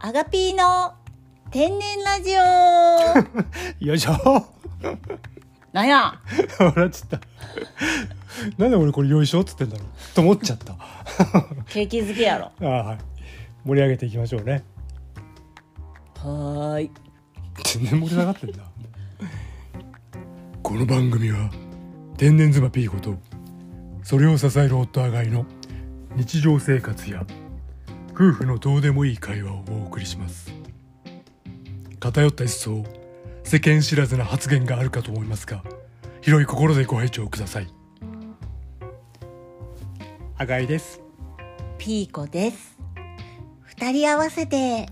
アガピーの天然ラ ジオよいしょ 笑なんやっちゃったなんで俺これよいしょっつってんだろうと思っちゃった景気づけやろあーはい盛り上げていきましょうねはーい全然盛り上がってんだこの番組は天然妻ピーコとそれを支える夫あがいの日常生活や夫婦のどうでもいい会話をお送りします偏った一層世間知らずな発言があるかと思いますが広い心でご拝聴くださいあがいですピーコです二人合わせて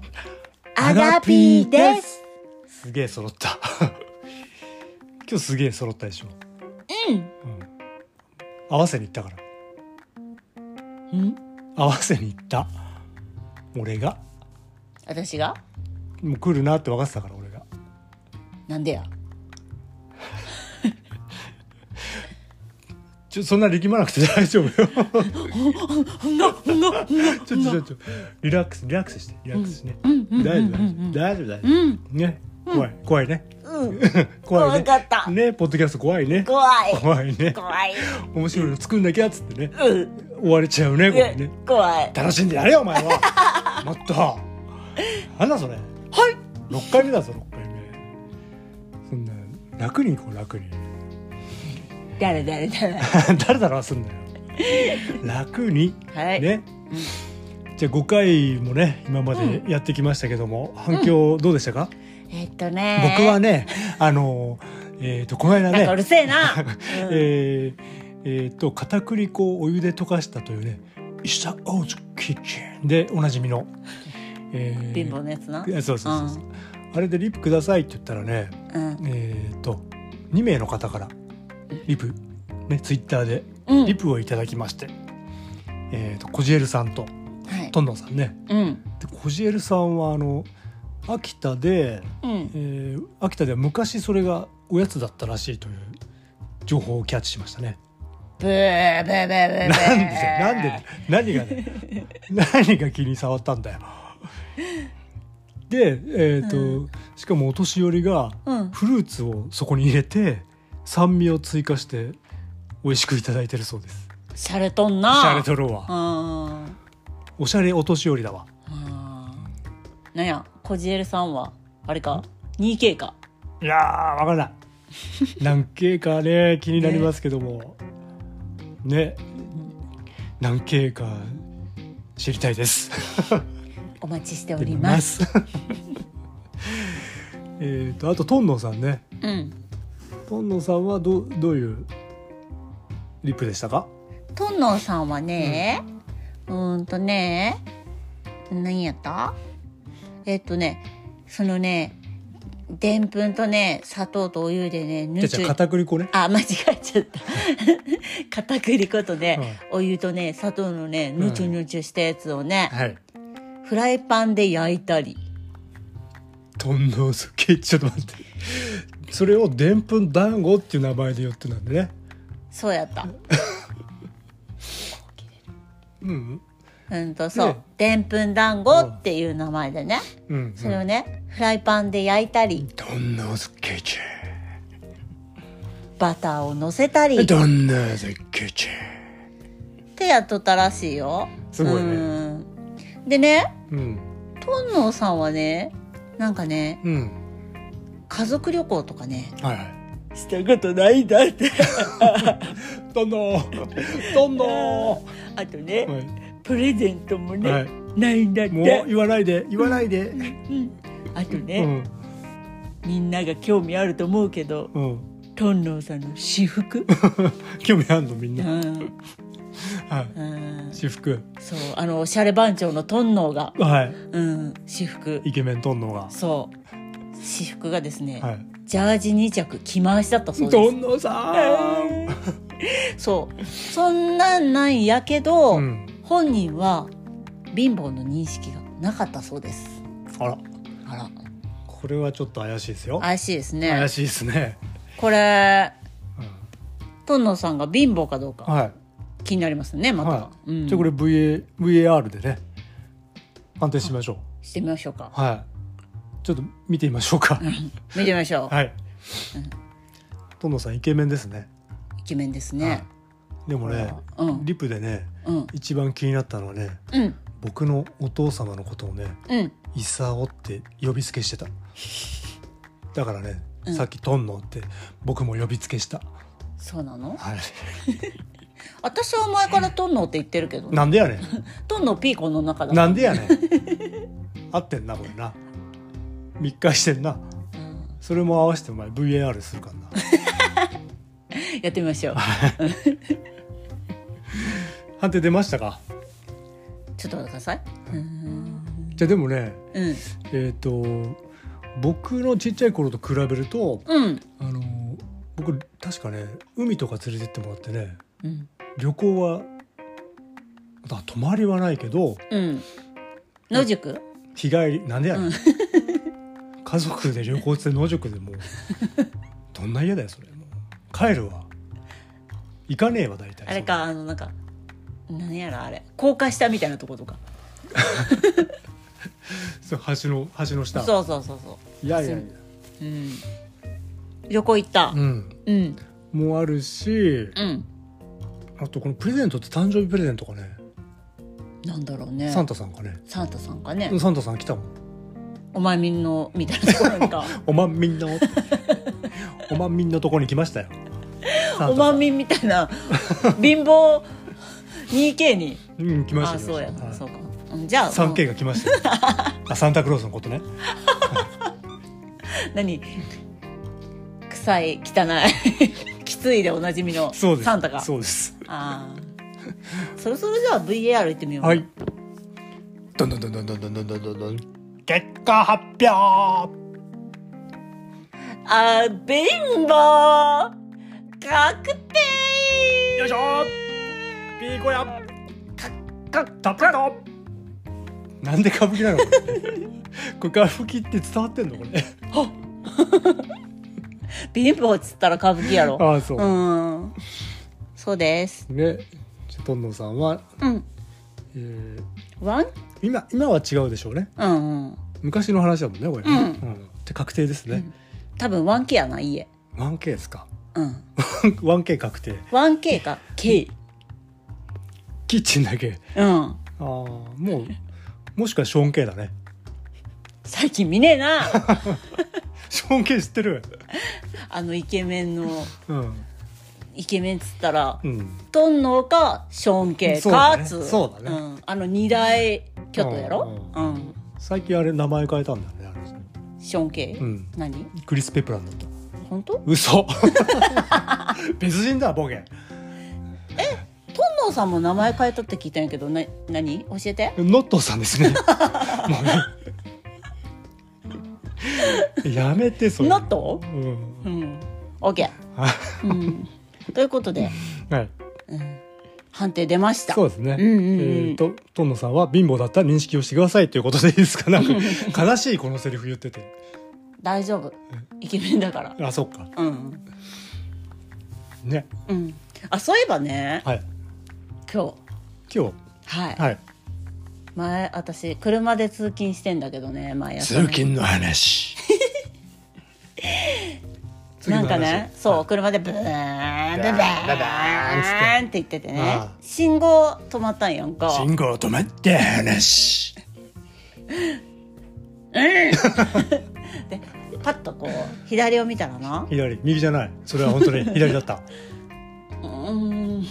アガピーですすげえ揃った 今日すげえ揃ったでしょうん合わせに行ったからん合わせに行った俺が私がもう来るなって分かってたから俺がなんでやちょそんな力まなくて大 丈夫よちょちょちょちょリラックスリラックスしてリラックスしてね、大丈夫大丈夫大丈夫大丈夫、ね怖い怖いねうん怖い怖ねかったねポッドキャスト怖いね怖い怖いね怖い面白いの作んなきゃっつってねうん終われちゃうねこれね怖い楽しんでやれよお 前はもっとなんだそれはい六回目だぞ六回目そんな楽に行こう楽に 誰誰誰誰だろうすんだよ楽に、はいねじゃあ5回もね今までやってきましたけども、反響どうでしたか、えっとね僕はねあのえっ、とこのな間んかうねる せえなうんえーえーと片栗粉をお湯で溶かしたというね「イサオーズキッチン」でおなじみの、えー貧乏のやつなそうそうそうそう、あれでリップくださいって言ったらねうんえー、と2名の方からリプねツイッターでうんリプをいただきまして、えー、とコジエルさんとはいトンドンさんねうんでコジエルさんはあの秋田で、うんえー秋田では昔それがおやつだったらしいという情報をキャッチしましたね。ブーブーブーブーブーなんでだよなんで何がね何が気に触ったんだよ。で、えーとしかもお年寄りがうんフルーツをそこに入れて酸味を追加して美味しくいただいてるそうです。洒落とんシなャレとるわ。あーおしゃれお年寄りだわ。あーなんやこじえるさんはあれか 2K かいやーわからない。何系かね気になりますけどもね何系か知りたいです。お待ちしておりますす。 えっとあとトンノさんね。うんトンノさんはどうどういうリップでしたか？とんのうさんはねうーんとね何やったえっとねそのねでんぷんとね砂糖とお湯でねじゃぬあじちゃあゅ片栗粉ね。あ間違えちゃった 片栗粉とね、お湯とね砂糖のねんぬちゅぬちゅしたやつをね、はい。フライパンで焼いたりトンノスケちょっと待って。それをでんぷん団子っていう名前で言ってたんでね。そうやったうんうんとそうねでんぷん団子っていう名前でねうんうん。それをねフライパンで焼いたりトンノスケチバターをのせたりっトンノスケチてやっとったらしいよすごいねうんでねうんとんのうさんはねなんかねうん家族旅行とかねはいはい。したことないんだってトンノトンノ あとね、はプレゼントもいね、はい。ないんだっもてう言わないで言わないで。あとうね、んみんなが興味あると思うけどうん。とんのうさんの私 服興味あんのみんうな。ん、はい。うん、私服そうあのおしゃれ番長のとんのうがはい。うん、私服イケメントンノが。そう私服がですね、はい。ジャージ2着着回しだったそうでどんのさん。す そうそんなんなんやけど、うん。本人は貧乏の認識がなかったそうですあら、あらこれはちょっと怪しいですよ。怪しいですね怪しいですね。これうんとんのさんが貧乏かどうかは気になりますねい。また、はい。うんじゃあこれ V A V A R でね判定しましょしてみましょうか。はいちょっと見てみましょうか見てみましょう。はいトノさんイケメンですねイケメンですね。でもね、うんリプでねうん一番気になったのはねうん僕のお父様のことをねうん「イサオ」って呼びつけして ただからね、うんさっき「とんの」って僕も呼びつけした、そうなの？はい、私は前からトンノって言ってるけど、なんでやねトンノピーコの中だ。 んなんでやねん合ってんなこれな密会してんなうんそれも合わせてお前 VAR するからなやってみましょう。判定出ましたかちょっと待ってください。うんじゃあでもねうんえっ、と僕のちっちゃい頃と比べるとうんあの僕確かね海とか連れてってもらってねうん旅行はあ泊まりはないけどうん。野宿？日帰りなんでやねん、 家族で旅行して野宿でもうどんな家だよそれもう帰るわ行かねえわ大体あれかあのなんか何やらあれ高架下みたいなとことか。そう橋の橋の下そうそうそうそいやいやいやう。うん。旅行行ったう。んうんもあるしうん。あとこのプレゼントって誕生日プレゼントがねなんだろうね。サンタさんがねサンタさんかねう。んサンタさん来たもんお前みんのみたいなところに か。おまんみん のおまんみんのとこに来ましたよサンタさんおまんみんみたい な貧乏 2K にうん来ましたあそうや来ましそうたはいかうんじゃあ三 K が来 ましたよあサンタクロースのことねうん何臭い汚い きついでおなじみのそうですサンタがそうですあーそろそろじゃあ VAR 行ってみようはい。どんどんどんどんどんどんどんどんどんどん。結果発表。あー貧乏確定よいしょ。ピーコや。かタプラの。なんで歌舞伎なの。これこれ歌舞伎って伝わってんのこれ。貧乏っつったら歌舞伎やろああそうう。んそうですね。じゃあとんのさんは、うんえー、ワン今今は違うでしょうね。うんうん昔の話だもんねこれね。うんうんって確定ですね。多分 1K やな家 1K ですか。うん。 1K 確定。 1K か K。キッチンだけ。うん。ああもうもしくはショーン K だね。最近見ねえな。ショーン K 知ってる。あのイケメンの、うん。イケメンっつったらう、ん。トンノか、ショーン系そうだか、ねつ。そうだねん。あの二大巨頭やろううん。最近あれ名前変えたんだよねあショーン系れうん何クリス・ペプランだった本当トン嘘別人だボケノさんも名前変えたって聞いたんやけど、な、何教えて。ノットさんですねもうねやめてそれノットうんうん。オッケはー。うん。ということで、はいうん。判定出ました。そうですね、うんうんうんえーとトンノさんは貧乏だったら認識をしてくださいということでいいですかなんか悲しいこのセリフ言ってて大丈夫。イケメンだから。あそっかうん。ねうん。あ、そういえばね、はい今日。今日はい、はい前私車で通勤してんだけどね毎朝ね通勤の話通な勤んの話かねそう、車でブーンブーンブーンブーンって言っててあねあ信号止まったんやんか信号止めって話でパッとこう左を見たら な左右じゃないそれは本当に左だった うーん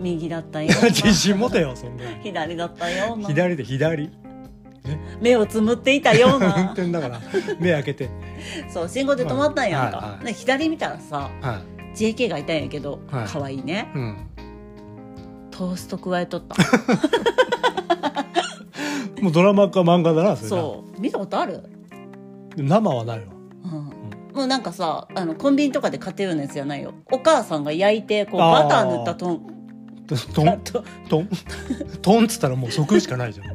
右だったよ 自信持てよそんな左だったよな左で左目をつむっていたよう 運な転だから目開けてそう信号で止まったんやんか、はいはいで左見たらさは JK がいたんやけどはい可愛、い、ねいうんトースト加えとった もうドラマか漫画だなそれなそう見たことあるでも生はないわうんもうなんかさあのコンビニとかで買ってるようなやつじゃないよお母さんが焼いてこうバター塗ったトントトンとトントンっつったらもう即しかないじゃん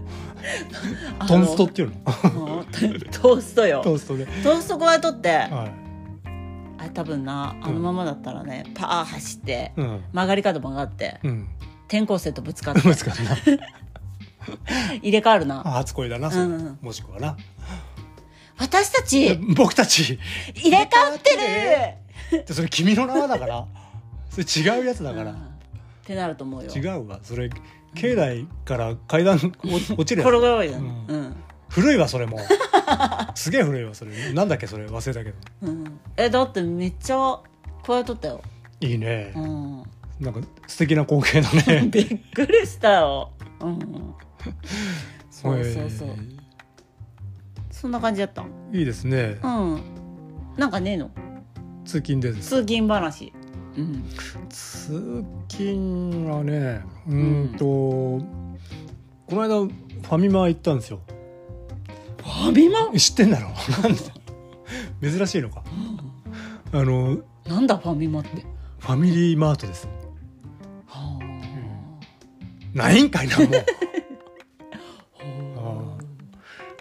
あのトンストっていうのうんトーストよトトンストでースト加えとってはいあれ多分なあのままだったらねパー走ってうん曲がり角曲がってうん 転校生とぶつかって難しいな入れ替わるな。初恋だな、それうんうんもしくはな私たち、僕 たち入れ替わってるでそれ君の名はだからそれ違うやつだから、うんってなると思うよ。違うわそれ境内から階段落落ちるや転つがるよね。ううん。古いわそれも すげえ古いわそれなんだっけそれ忘れたけどうん。え、だってめっちゃ、こうやっとったよ。いいねう、ん。なんか素敵な光景だねびっくりしたよ。 うん。そうそうそう。そんな感じだった。いいですね、うん。なんかねえの。通勤でです通勤話。うん。通勤はねうーんと、この間ファミマ行ったんですよファミマ知ってんだろなんで珍しいのかあのなんだファミマって。ファミリーマートですはないんかいなも うあは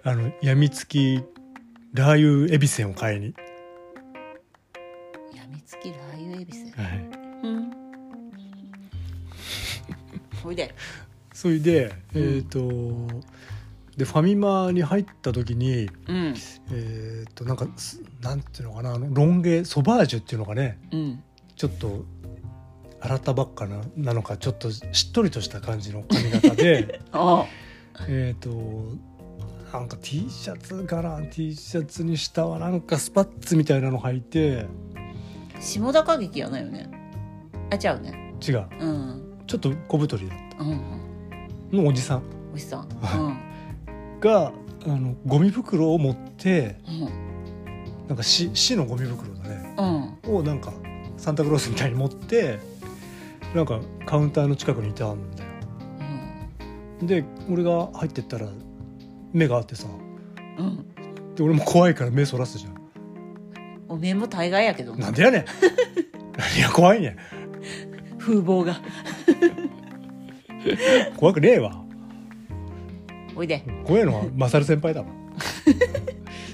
あのやみつきラー油エビせんを買いに、あ。やみつきラー油エビス。はい、うん。 おいで。それで、うんえっ、とでファミマに入った時にうん。えっ、となんかすなんていうのかなあのロン毛ソバージュっていうのがねうん。ちょっと洗ったばっかななのかちょっとしっとりとした感じの髪型 であ。えっとなんか T シャツ柄 T シャツに下はなんかスパッツみたいなの履いて下高劇やないよね。あ、違うね。違ううん。ちょっと小太りだっうんうん。たのおじさんおじさん。うん。があのゴミ袋を持ってうん。なんか市市のゴミ袋だねうん。をなんかサンタクロースみたいに持ってなんかカウンターの近くにいたんだよで俺が入ってったら目があってさうん。うん。で俺も怖いから目そらすじゃんおめえも大概やけど。なんでやねん何が怖いねん風貌が。怖くねえわおいで。怖えのはマサル先輩だわ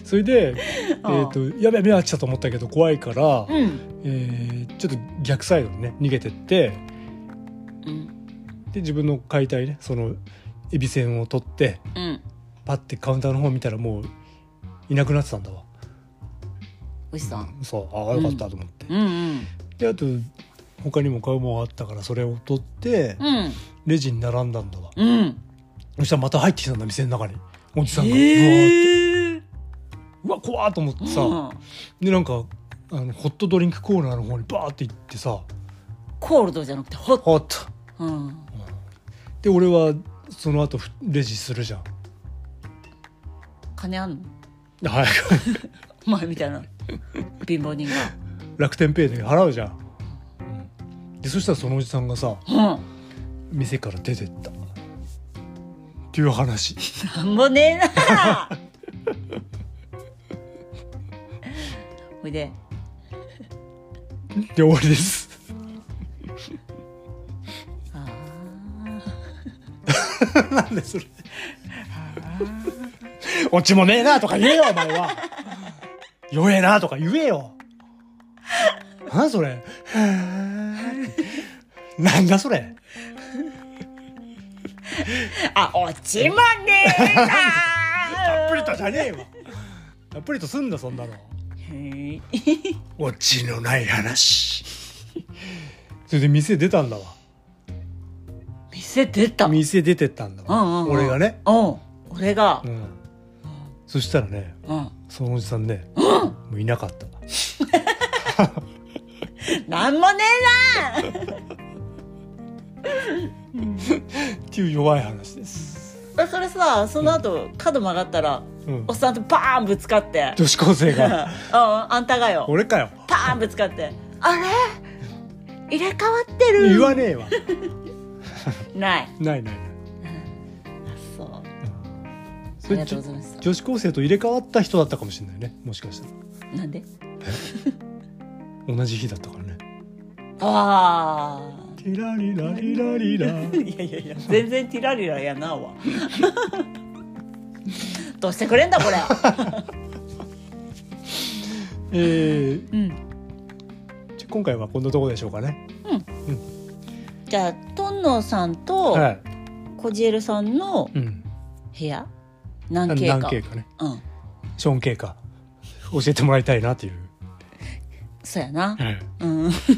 それで、えー、とやべえ目合っちゃったと思ったけど怖いから、うん。えーちょっと逆サイドにね逃げてってうん。で自分の解体ねそのエビせんを取ってうん。パッてカウンターの方見たらもういなくなってたんだわおじさん。そうああよかったと思って、うんうん。であと他にも買うもんあったからそれを取ってうん。レジに並んだんだわ、うん。そしたらまた入ってきたんだ店の中におじさんが、ええ。うわーってうわ怖ーと思ってさ、うん。でなんかあのホットドリンクコーナーの方にバーって行ってさコールドじゃなくてホット。ホットうん。で俺はその後ふレジするじゃん金あんので早くお前みたいな。貧乏人が。楽天ペイで払うじゃん、でそしたらそのおじさんがさうん。店から出てったっていう話なんもねえなおいでで終わりですあなんでそれオチもねえなとか言えよお前は弱えなとか言えよなんそれへえなんだそれーあ落ちまねえなたっぷりとじゃねえわたっぷりとすんだそんなのへオチのない話 それで店出たんだわー店出たうん店出てったんだわ、うんうん俺がね、俺がう、ん、そしたらねうん、そのおじさんね、 もういなかったなんもねっていう弱い話です、えなそれさその後角曲がったらうんおっ、さんとバーンぶつかって女子高生うん があんたがよ俺かよパーンぶつかってあれ入れ替わってる言わねえわないないないないそうそありれがとちうょございました女子高生と入れ替わった人だったかもしれないねもしかしたなんでら同じ日だったからねああティラリラリラリラいやいやいや全然ティラリラやなわ どうしてくれんだこれ え ーうんじゃ今回はこんなとこでしょうかねじゃあトンノさんと、はいこじえるさんのうん、部屋何何系か何系かねうんショーン系か教えてもらいたいなっていう、そうやな うん。シ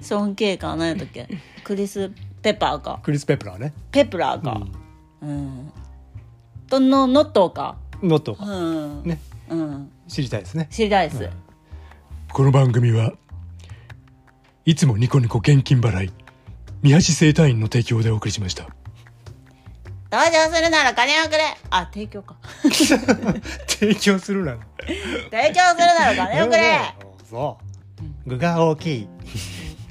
ョーン・ケイか何やったっけクリス・ペパーかクリス・ペプラーね、ペプラーうかん、うん、とのノットーかノットうがん、ねうん、知りたいですね知りたいです、この番組はいつもニコニコ現金払い三橋生態院の提供でお送りしました登場するなら金をくれあ提供 か提供するなら提供するなら金をくれそう具が大 きい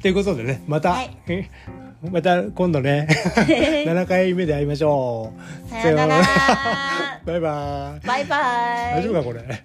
ということでねまた、はいえ また今度 ね7回目で会いましょうさよなら バイバイバイバイ大丈夫かこれ